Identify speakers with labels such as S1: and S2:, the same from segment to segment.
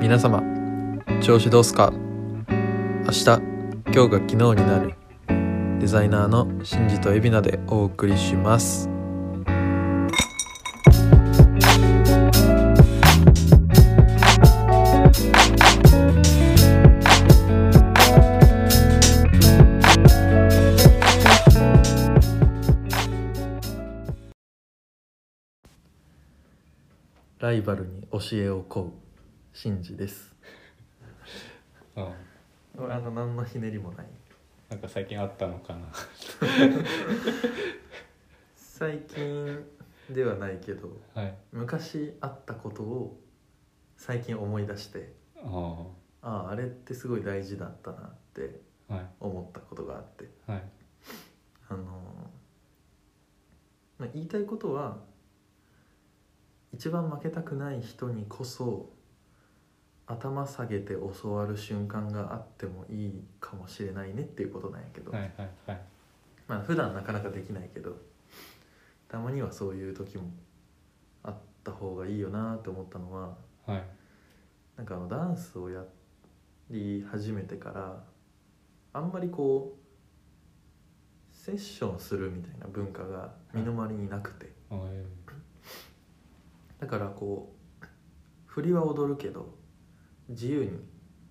S1: 皆様調子どうすか明日今日が昨日になるデザイナーのシンジとエビナでお送りしますライバルに教えを請うシンジです
S2: うん、
S1: あの何のひねりもない
S2: なんか最近あったのかな
S1: 最近ではないけど
S2: はい
S1: 昔あったことを最近思い出して
S2: ああ
S1: あああれってすごい大事だったなって
S2: はい
S1: 思ったことがあって
S2: はい
S1: あのーまあ、言いたいことは一番負けたくない人にこそ頭下げて教わる瞬間があってもいいかもしれないねっていうことなんやけど、
S2: はいはいはい
S1: まあ普段なかなかできないけどたまにはそういう時もあった方がいいよなって思ったのは
S2: はい
S1: なんかあのダンスをやり始めてからあんまりこうセッションするみたいな文化が身の回りになくて、
S2: おい
S1: だからこう振りは踊るけど自由に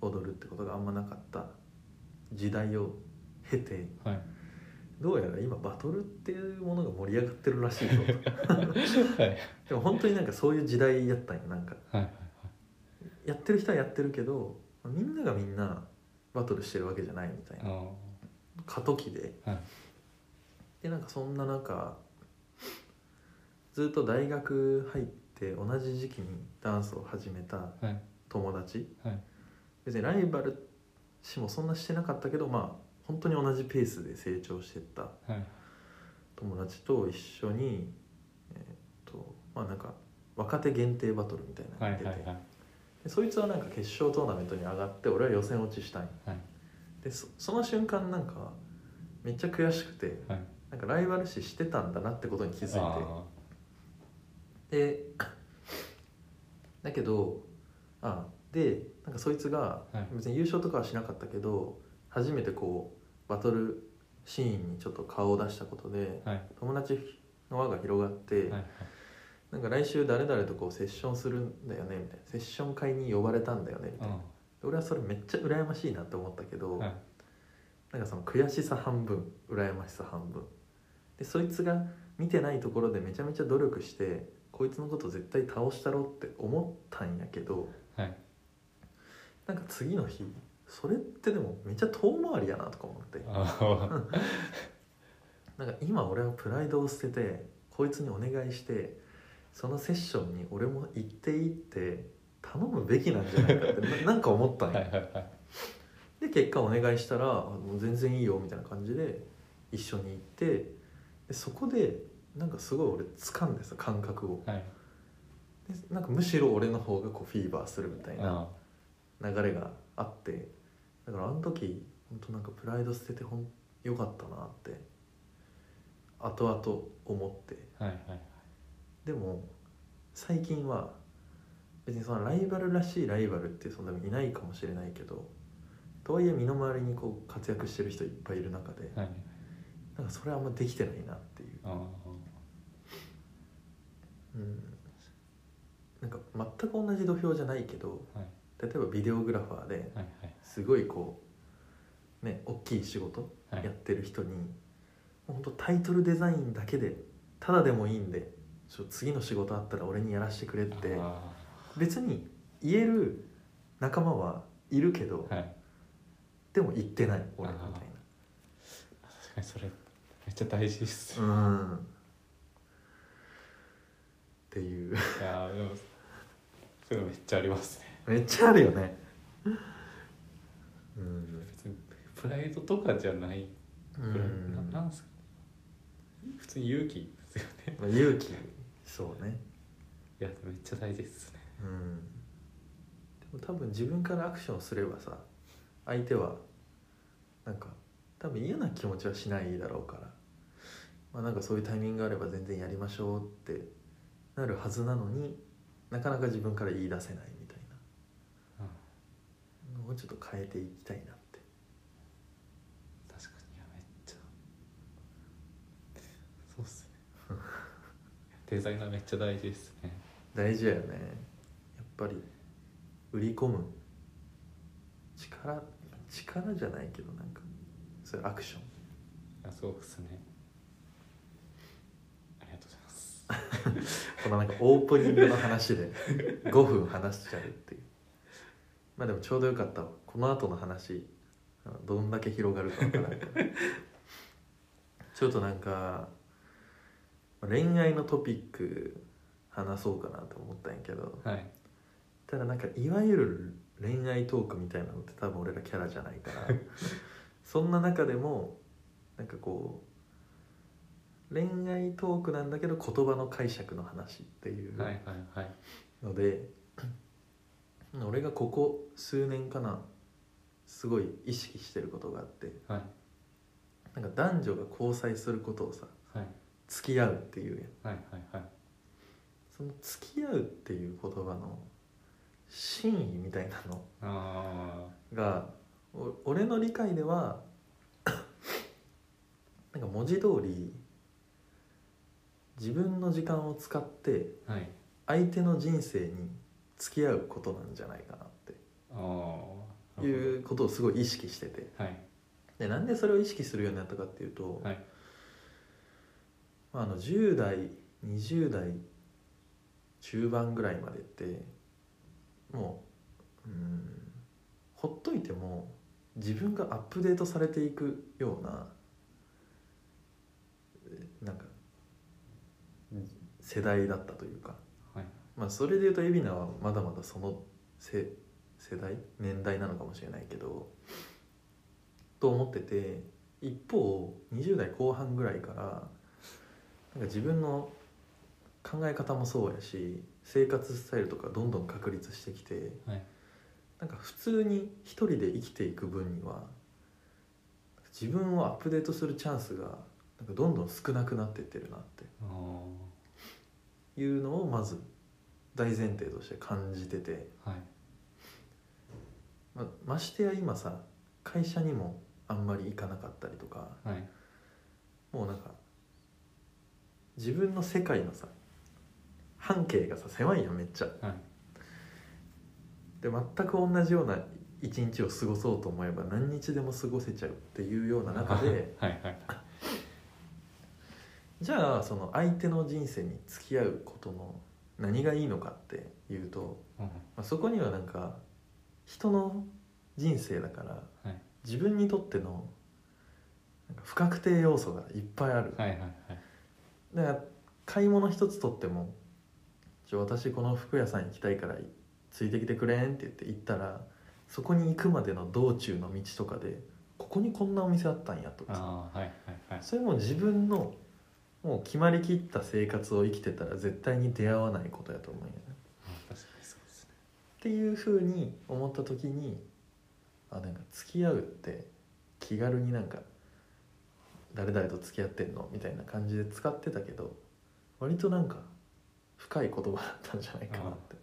S1: 踊るってことがあんまなかった時代を経て
S2: はい
S1: どうやら今バトルっていうものが盛り上がってるらしいぞと
S2: はい
S1: でも本当になんかそういう時代やったんよなんか
S2: はいはい
S1: やってる人はやってるけどみんながみんなバトルしてるわけじゃないみたいな
S2: ああ
S1: 過渡期で、
S2: はい
S1: でなんかそんな中ずっと大学入って同じ時期にダンスを始めた
S2: はい
S1: 友達、
S2: はい
S1: 別にライバル視もそんなしてなかったけどまあ本当に同じペースで成長してった
S2: はい
S1: 友達と一緒にえーっとまあなんか若手限定バトルみたいな
S2: はい
S1: のに
S2: はい
S1: 出て、
S2: はいはい
S1: でそいつはなんか決勝トーナメントに上がって俺は予選落ちしたんよでそその瞬間なんかめっちゃ悔しくて
S2: はい
S1: なんかライバル視してたんだなってことに気づい
S2: あ
S1: てでだけどあでなんかそいつが
S2: はい
S1: 別に優勝とかはしなかったけど初めてこうバトルシーンにちょっと顔を出したことで
S2: あはい
S1: 友達の輪が広がって、
S2: はい
S1: なんか来週誰々とこうセッションするんだよねみたいなセッション会に呼ばれたんだよねみたいな
S2: あ
S1: で俺はそれめっちゃ羨ましいなって思ったけど、
S2: はい
S1: なんかその悔しさ半分羨ましさ半分でそいつが見てないところでめちゃめちゃ努力してこいつのこと絶対倒したろって思ったんやけど
S2: はい
S1: なんか次の日それってでもめっちゃ遠回りやなとか思って
S2: あ
S1: なんか今俺はプライドを捨ててこいつにお願いしてそのセッションに俺も行っていいって頼むべきなんじゃないかってななんか思ったん
S2: はいは
S1: や
S2: いはい
S1: で結果お願いしたらあもう全然いいよみたいな感じで一緒に行ってでそこでなんかすごい俺掴んでさ感覚を
S2: はい
S1: でなんかむしろ俺の方がこうフィーバーするみたいな
S2: あ
S1: 流れがあってだからあの時本当なんかプライド捨ててほんよかったなって後々思って
S2: あはいはい
S1: でも最近は別にそのライバルらしいライバルってそんなにいないかもしれないけどとはいえ身の回りにこう活躍してる人いっぱいいる中で
S2: はいはい
S1: なんかそれあんまできてないなっていう、
S2: ああ
S1: うん、なんか全く同じ土俵じゃないけど
S2: はい
S1: 例えばビデオグラファーで
S2: はい
S1: すごいこうね大きい仕事
S2: はいはい
S1: やってる人に、もうほんとタイトルデザインだけでただでもいいんでちょ次の仕事あったら俺にやらせてくれって。
S2: あ
S1: 別に言える仲間はいるけど、
S2: あはい
S1: でも言ってない俺
S2: あ
S1: み
S2: ー
S1: たい
S2: 確かにそれめっちゃ大事っす、
S1: なうんっていう
S2: いやーでもそれめっちゃありますね
S1: めっちゃあるよねうん、
S2: 別にプライドとかじゃない
S1: うん
S2: プライドななんすか普通に勇気ですよね
S1: まあ勇気そうね
S2: いやめっちゃ大事ですね
S1: うんでも多分自分からアクションすればさ相手はなんか多分嫌な気持ちはしないだろうから、まあ、なんかそういうタイミングがあれば全然やりましょうってなるはずなのになかなか自分から言い出せないみたいな
S2: あ
S1: もうちょっと変えていきたいなって
S2: 確かにいやめっちゃそうっすねデザイナーめっちゃ大事ですね
S1: 大事やよねやっぱり売り込む力力じゃないけどなんかそういうアクション
S2: いやそうっすねありがとうございます
S1: このなんかオープニングの話で5分話しちゃうっていうまあでもちょうどよかったわこの後の話あのどんだけ広がるかわからないからちょっとなんか恋愛のトピック話そうかなと思ったんやけど
S2: はい
S1: ただなんかいわゆる恋愛トークみたいなのって多分俺らキャラじゃないから そんな中でもなんかこう恋愛トークなんだけど言葉の解釈の話っていう
S2: はいはいはい
S1: ので、俺がここ数年かなすごい意識してることがあって
S2: はい
S1: なんか男女が交際することをさ
S2: はい
S1: 付き合うっていうやん
S2: はいはいはい
S1: その付き合うっていう言葉の真意みたいなの
S2: あ
S1: がお俺の理解では なんか文字通り自分の時間を使って
S2: あはい
S1: 相手の人生に付き合うことなんじゃないかなっ
S2: ああ
S1: ていうことをすごい意識してて
S2: はい
S1: でなんでそれを意識するようになったかっていうと、
S2: はい
S1: まあ、あの10代20代中盤ぐらいまでってもううんほっといても自分がアップデートされていくようなえなんか世代だったというか、
S2: はい
S1: まあ、それでいうと海老名はまだまだその世世代年代なのかもしれないけどと思ってて一方20代後半ぐらいからなんか自分の考え方もそうやし生活スタイルとかどんどん確立してきて
S2: はい
S1: なんか普通に一人で生きていく分には自分をアップデートするチャンスがなんかどんどん少なくなっていってるなって
S2: あ
S1: いうのをまず大前提として感じてて、
S2: あはい
S1: まましてや今さ会社にもあんまり行かなかったりとか
S2: はい
S1: もうなんか自分の世界のさ半径がさ狭いよめっちゃ
S2: はい
S1: で全く同じような一日を過ごそうと思えば何日でも過ごせちゃうっていうような中で
S2: はいはいはい
S1: じゃあその相手の人生に付き合うことの何がいいのかっていうと、
S2: うん
S1: まあ、そこにはなんか人の人生だから
S2: はい
S1: 自分にとってのなんか不確定要素がいっぱいある、
S2: はいはいはい
S1: だから買い物一つとっても「ちょ私この服屋さん行きたいからついてきてくれん」って言って行ったらそこに行くまでの道中の道とかでここにこんなお店あったんやとかさ
S2: ああはいはいはい
S1: それも自分のもう決まりきった生活を生きてたら絶対に出会わないことやと思うんやね。
S2: あ確かにそうですね
S1: っていうふうに思った時にあなんか付き合うって気軽になんか誰々と付き合ってんのみたいな感じで使ってたけど割となんか深い言葉だったんじゃないかなって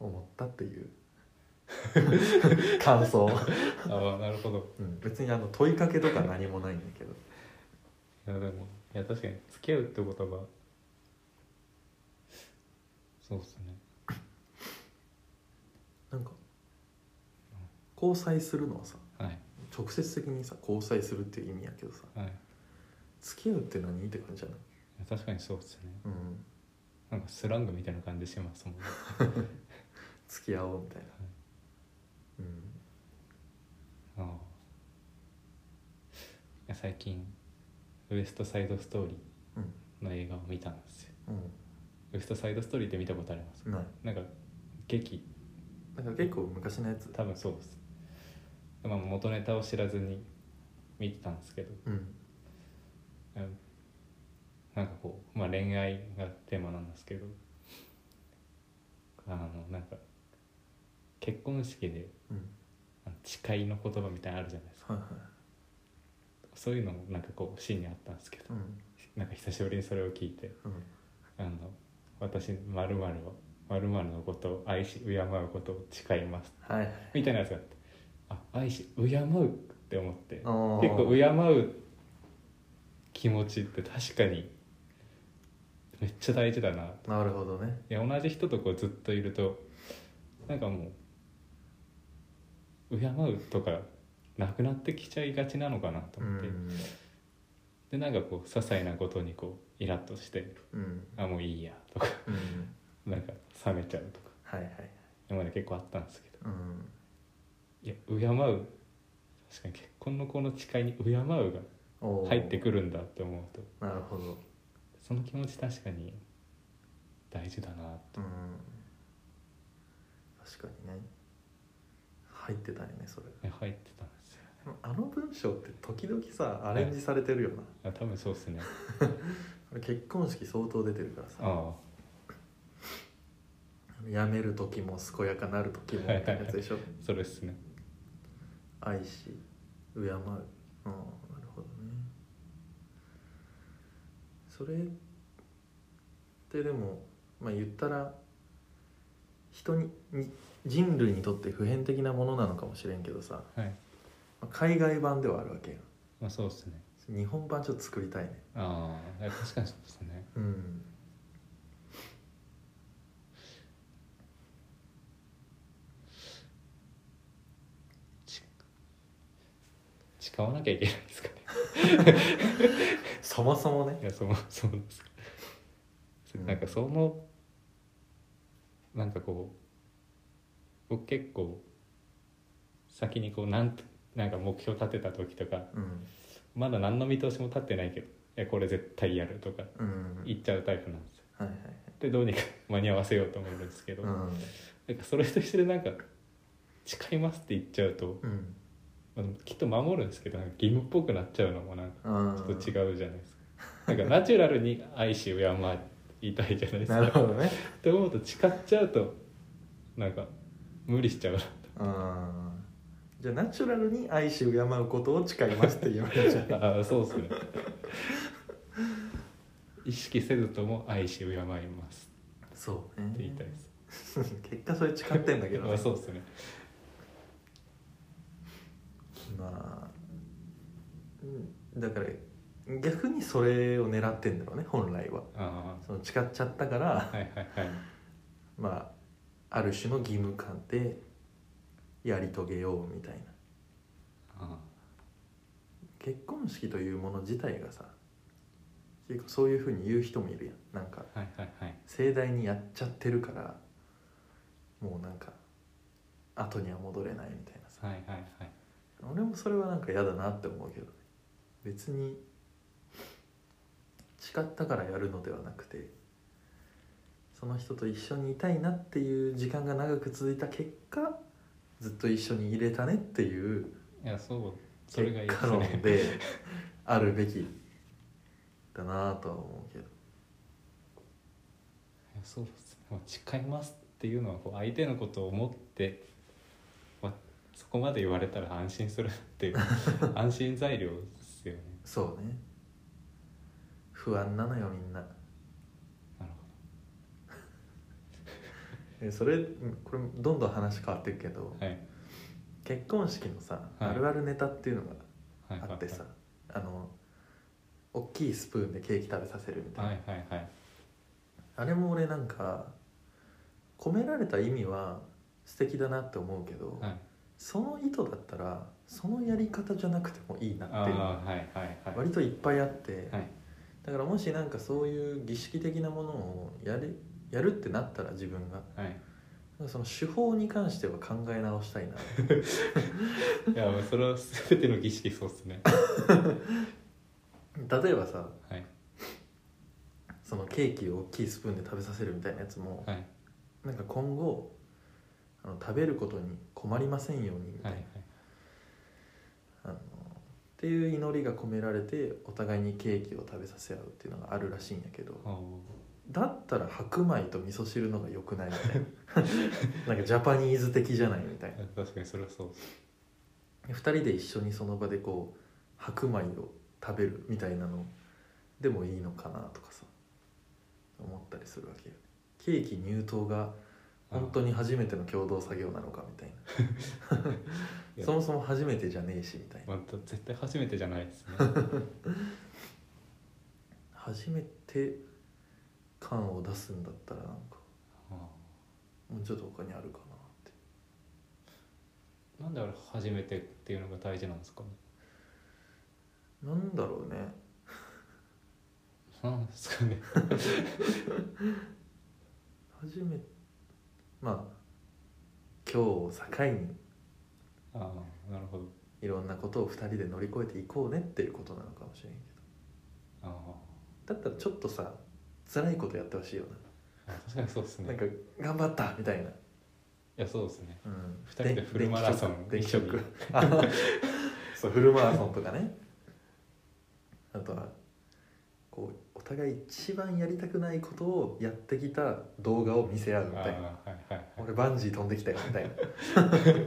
S1: 思ったっていう 感想、
S2: ああなるほど
S1: うん、別にあの問いかけとか何もないんだけど
S2: いやでもいや確かに付き合うって言葉そうですね
S1: なんか交際するのはさ
S2: はい
S1: 直接的にさ交際するっていう意味やけどさ
S2: はいい
S1: 付き合うって何って感じじゃない、
S2: や確かにそうですね
S1: うん
S2: なんかスラングみたいな感じしますもんね
S1: 付き合おうみたいな、うん、
S2: ああいや最近ウエストサイドストーリ
S1: うん
S2: ーの映画を見たんですよ
S1: う
S2: ウエストサイドストーリーって見たことあります
S1: ん、ない
S2: なんか劇
S1: なんか結構昔のやつ
S2: 多分そうです、まあ、元ネタを知らずに見てたんですけど
S1: うん
S2: うんなんかこう、まあ、恋愛がテーマなんですけどあのなんか結婚式で
S1: うん
S2: あの誓いの言葉みたいなのあるじゃないですか
S1: はいはい
S2: そういうのもなんかこうシーンにあったんですけど
S1: うん
S2: なんか久しぶりにそれを聞いて
S1: うん
S2: あの私○○を〇〇のことを愛し敬うことを誓います
S1: はいはい
S2: みたいなやつがあってあ愛し敬うって思って
S1: あー
S2: 結構敬う気持ちって確かにめっちゃ大事だな
S1: なるほどね
S2: いや同じ人とこうずっといるとなんかもう敬うとかなくなってきちゃいがちなのかなと
S1: う
S2: 思って、
S1: ん
S2: でなんかこう些細なことにこうイラッとして
S1: うん
S2: 「あもういいや」とか
S1: うん
S2: なんか冷めちゃうとか
S1: はいはい
S2: 今まで結構あったんですけど
S1: うん
S2: いや敬う確かに結婚の子の誓いに「敬う」が
S1: おー
S2: 入ってくるんだって思うと
S1: なるほど
S2: その気持ち確かに大事だなって
S1: うん確かにね入ってたよねそれ
S2: ね入ってたんですよ
S1: あの文章って時々さアレンジされてるよな、
S2: あ多分そうっすね
S1: あれ結婚式相当出てるからさ
S2: ああ
S1: 辞める時も健やかなる時もみたいなやつでしょ
S2: それっすね
S1: 愛し敬ううんなるほどねそれってでもまあ言ったら人にに人類にとって普遍的なものなのかもしれんけどさ、
S2: はい
S1: まあ海外版ではあるわけよ
S2: まあそうっすね
S1: 日本版ちょっと作りたいね
S2: ああいや確かにそうっすね
S1: うん
S2: 誓わなきゃいけないんで すかね
S1: そもそもね
S2: いやそうそうですか、
S1: うん
S2: なんかそのなんかこう僕結構先にこうなんとなんか目標立てた時とか
S1: うん
S2: まだ何の見通しも立ってないけどいやこれ絶対やるとか
S1: うん
S2: 言っちゃうタイプなんですよ
S1: はいはい
S2: でどうにか 間に合わせようと思うんですけど、
S1: はい
S2: なんかそれと一緒でなんか誓いますって言っちゃうと、
S1: うんうん
S2: まあきっと守るんですけどなんか義務っぽくなっちゃうのもなんか
S1: あ
S2: ちょっ
S1: ー
S2: と違うじゃないですかなんかナチュラルに愛し敬いたいじゃないで す
S1: なる
S2: か
S1: ほどね
S2: って思うと誓っちゃうとなんか無理しちゃうな と
S1: あーじゃあナチュラルに愛し敬うことを誓いますって言われちゃ う
S2: ああそうっすね意識せずとも愛し敬います
S1: そう
S2: って言い
S1: ね
S2: たいです、
S1: 結果それ誓ってんだけど、
S2: あ
S1: ね、
S2: そうっすね
S1: まあうんだから逆にそれを狙ってんだろうね本来は
S2: あ
S1: その誓っちゃったから、
S2: あはいはいはい
S1: まあある種の義務感でやり遂げようみたいな
S2: あ
S1: 結婚式というもの自体がさ結構そういうふうに言う人もいるやんなんか
S2: あはいはいはい
S1: 盛大にやっちゃってるからもうなんか後には戻れないみたいなさ
S2: はいはいはい
S1: 俺もそれはなんか嫌だなって思うけどね別に誓ったからやるのではなくてその人と一緒にいたいなっていう時間が長く続いた結果ずっと一緒にいれたねっていう
S2: いやそうそれ
S1: 結
S2: がいいで
S1: 果
S2: す
S1: 論
S2: ね
S1: であるべきだなとは思うけど
S2: いやそうですねまあ誓いますっていうのはこう相手のことを思って、まあ、そこまで言われたら安心するっていう安心材料ですよね
S1: そうね不安なのよみんな。
S2: なる
S1: えそれうんこれどんどん話変わっていくけど
S2: ほどはい
S1: 結婚式のさ、
S2: はい
S1: あるあるネタっていうの
S2: はい
S1: があってさ、
S2: は
S1: あの大きいスプーンでケーキ食べさせるみたいな、
S2: いはいはい
S1: あれも俺なんか込められた意味は素敵だなって思うけど、
S2: はい
S1: その意図だったらそのやり方じゃなくてもいいなっていうの
S2: あ
S1: が
S2: あはいはいはい
S1: 割といっぱいあって、
S2: はい
S1: だからもしなんかそういう儀式的なものをやるやるってなったら自分が
S2: はい
S1: なんかその手法に関しては考え直した いな
S2: いやもうそれは全ての儀式そうっすね
S1: 例えばさ
S2: はい
S1: そのケーキを大きいスプーンで食べさせるみたいなやつも、
S2: はい
S1: なんか今後あの食べることに困りませんようにみた
S2: はいい
S1: な、
S2: はい
S1: あのっていう祈りが込められてお互いにケーキを食べさせ合うっていうのがあるらしいんやけど
S2: おー
S1: だったら白米と味噌汁のが良くないみたい ななんかジャパニーズ的じゃないみたいな
S2: 確かにそれはそうっす
S1: 2人で一緒にその場でこう白米を食べるみたいなのでもいいのかなとかさ思ったりするわけよケーキ入刀が本当に初めての共同作業なのかみたい
S2: い
S1: な
S2: や
S1: そもそも初めてじゃねえしみたいな
S2: また絶対初めてじゃないですね
S1: 初めて感を出すんだったらなんか
S2: あ
S1: もうちょっと他にあるかなって
S2: ーなんであれ初めてっていうのが大事なんですかね
S1: なんだろうね
S2: なんですかね
S1: 初めまあ今日を境に
S2: ああなるほど
S1: いろんなことを2人で乗り越えていこうねっていうことなのかもしれんけ
S2: あ
S1: どだったらちょっとさ辛いことやってほしいよな
S2: あ確かにそうですね
S1: なんか頑張ったみたいな、
S2: いやそうですね
S1: うん、
S2: 二人でフルマラソン
S1: 電気ショック
S2: 一緒に
S1: 電気ショックあそうフルマラソンとかねあとはこうお互い一番やりたくないことをやってきた動画を見せ合うみ
S2: ああ
S1: たいな
S2: はいはいはい
S1: 俺バンジー飛んできたよみたいな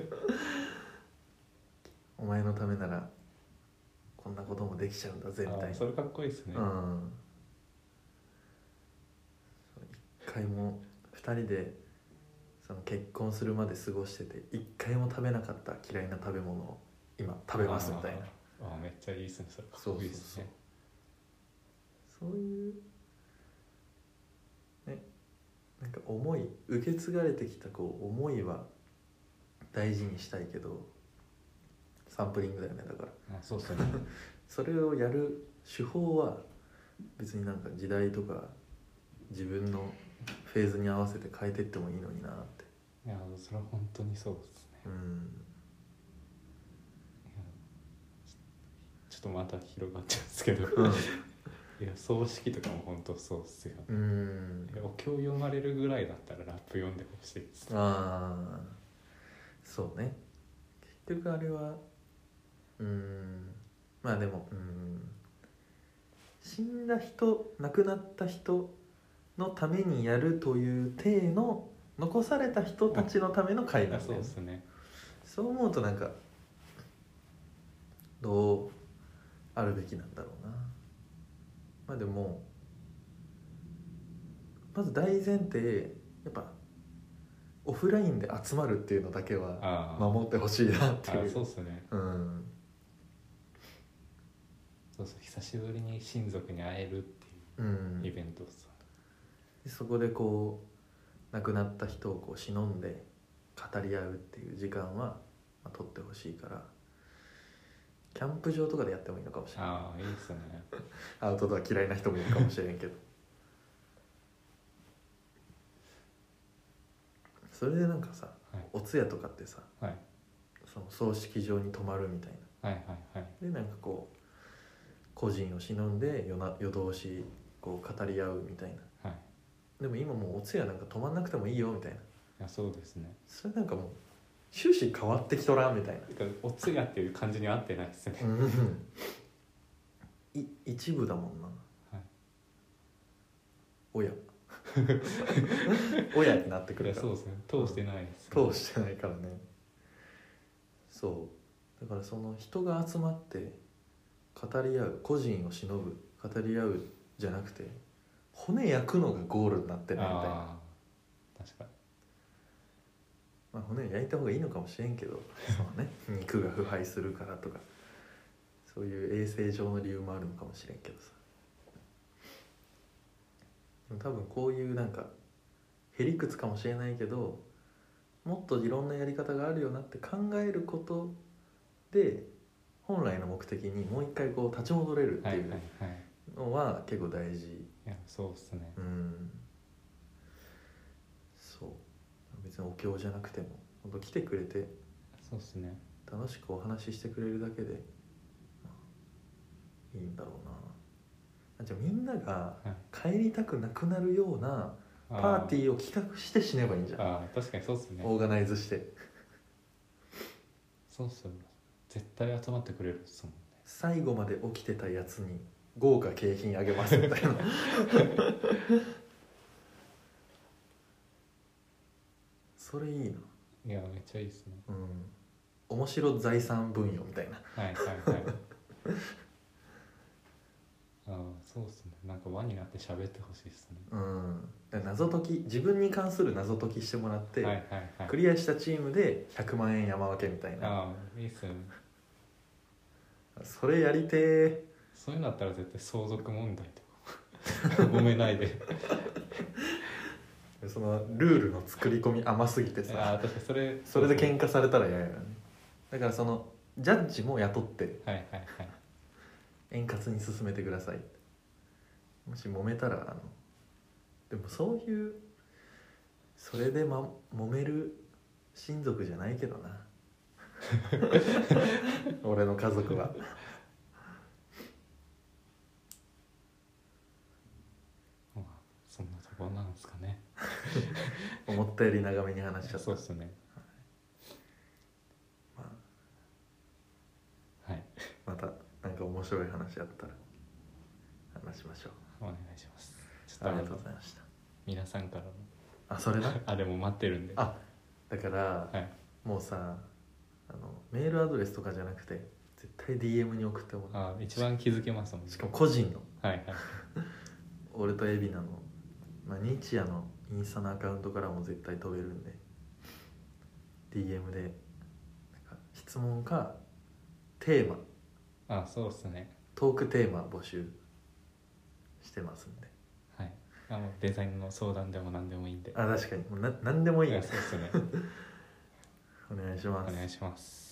S1: お前のためならこんなこともできちゃうんだぜみた
S2: あ
S1: い
S2: ー
S1: な
S2: それかっこいいですね、
S1: う
S2: あ
S1: んそう一回も2人でその結婚するまで過ごしてて一回も食べなかった嫌いな食べ物を今食べますみたいな
S2: ーあーめっちゃいいですねそれかっ
S1: そう
S2: こ
S1: そうそう
S2: いいですね
S1: そういうねなんか思い受け継がれてきたこう思いは大事にしたいけどサンプリングだよねだから
S2: あそうですね
S1: それをやる手法は別になんか時代とか自分のフェーズに合わせて変えてってもいいのになって
S2: いやそれは本当にそうですね
S1: うん
S2: いやちょっとまた広がっちゃうんですけ どいや葬式とかも本当そうっすよ
S1: うん
S2: いやお経読まれるぐらいだったらラップ読んでほしいです
S1: ああそうね結局あれはうーんまあでもうーん死んだ人亡くなった人のためにやるという体の残された人たちのための会なんだよ
S2: そう
S1: ね
S2: ですね
S1: そう思うとなんかどうあるべきなんだろうなまあでもまず大前提やっぱオフラインで集まるっていうのだけは
S2: あー、
S1: 守ってほしいなって
S2: あ
S1: い
S2: ー
S1: う
S2: そうっすね
S1: うん
S2: そうそう久しぶりに親族に会えるって
S1: う
S2: い
S1: ん
S2: うイベントっす
S1: でそこでこう亡くなった人をこう忍んで語り合うっていう時間は、まあ、取ってほしいからキャンプ場とかでやってもいいのかもしれない
S2: ああいいっすね
S1: アウトドア嫌いな人もいるかもしれんけどそれでなんかさ
S2: はい
S1: お通夜とかってさ
S2: はい
S1: その葬式場に泊まるみたい
S2: はいはいはい
S1: なでなんかこう個人を忍んで夜な夜通しこう語り合うみたいな
S2: はい
S1: でも今もうお通夜なんか泊まんなくてもいいよみたいない
S2: やそうですね
S1: それなんかもう終始変わってきとらんみたいな
S2: なんかお通夜っていう感じに合ってないですね
S1: うんい一部だもんな、
S2: はい
S1: お やおやになってく
S2: い
S1: る
S2: や
S1: か
S2: そうですね通してないですね、
S1: ら通してないからねそうだからその人が集まって語り合う個人を忍ぶ語り合うじゃなくて骨焼くのがゴールになってるみたいな
S2: ああ確か
S1: まあ、骨を焼いた方がいいのかもしれんけ どそう、ね、肉が腐敗するからとかそういう衛生上の理由もあるのかもしれんけどさでも多分こういうなんかへりくつかもしれないけどもっといろんなやり方があるよなって考えることで本来の目的にもう一回こう立ち戻れるっ
S2: には
S1: て
S2: い
S1: い
S2: はいうはい
S1: のは結構大事。
S2: いやそうですね
S1: うんそう別にお経じゃなくても本当来てくれて
S2: そうですね
S1: 楽しくお話ししてくれるだけで、まあいいんだろうなあじゃあみんなが
S2: はい
S1: 帰りたくなくなるようなパーティ
S2: ィ
S1: ーを企画して死ねばいいんじゃん
S2: あーあー確かにそうっすね
S1: オーガナイズして
S2: そうそう絶対集まってくれるっすもんね
S1: 最後まで起きてたやつに豪華景品あげますみたいな それいいない
S2: やめっちゃいいっすね
S1: うん面白財産分与みたいな
S2: はいはいはいああそうっすねなんか輪になって喋ってほしいですね
S1: うんだから謎解き自分に関する謎解きしてもらって、
S2: はいはいはい
S1: クリアしたチームで100万円山分けみたいな
S2: ああいいっすよね
S1: それやりてー
S2: そういうのだったら絶対相続問題とか ごめないで
S1: そのルールの作り込み甘すぎて
S2: あ
S1: さ
S2: あ確かにそれ
S1: それで
S2: そう
S1: 喧嘩されたら嫌やよねだからそのジャッジも雇って
S2: そうはいはいはい
S1: 円滑に進めてくださいもし揉めたらあのでもそういうそれで、ま、揉める親族じゃないけど な俺の家族は
S2: まあそんなところなんですかね
S1: 思ったより長めに話しちゃった
S2: そうっすね
S1: まあ
S2: はい
S1: またなんか面白い話あったら話しましょう
S2: お願いしますち
S1: ありがと
S2: の
S1: うございました
S2: 皆さんからの
S1: あそれ だ
S2: あでも待ってるんでは
S1: あだから
S2: い
S1: もうさあのメールアドレスとかじゃなくて絶対 DM に送ってもら
S2: あ一番気づけますもん
S1: う
S2: ね
S1: しかも個人の
S2: はいはい
S1: 俺とエビナの、まあ、日夜のインスタのアカウントからも絶対飛べるんで DM でなんか質問かテーマ
S2: あそうっすね
S1: トークテーマ募集してますんで
S2: はいあもうデザインの相談でも何でもいいんで
S1: あ確かにもうな何でもいい
S2: い
S1: で
S2: や
S1: す
S2: そうっすね
S1: お願いしま
S2: お
S1: す
S2: 願いします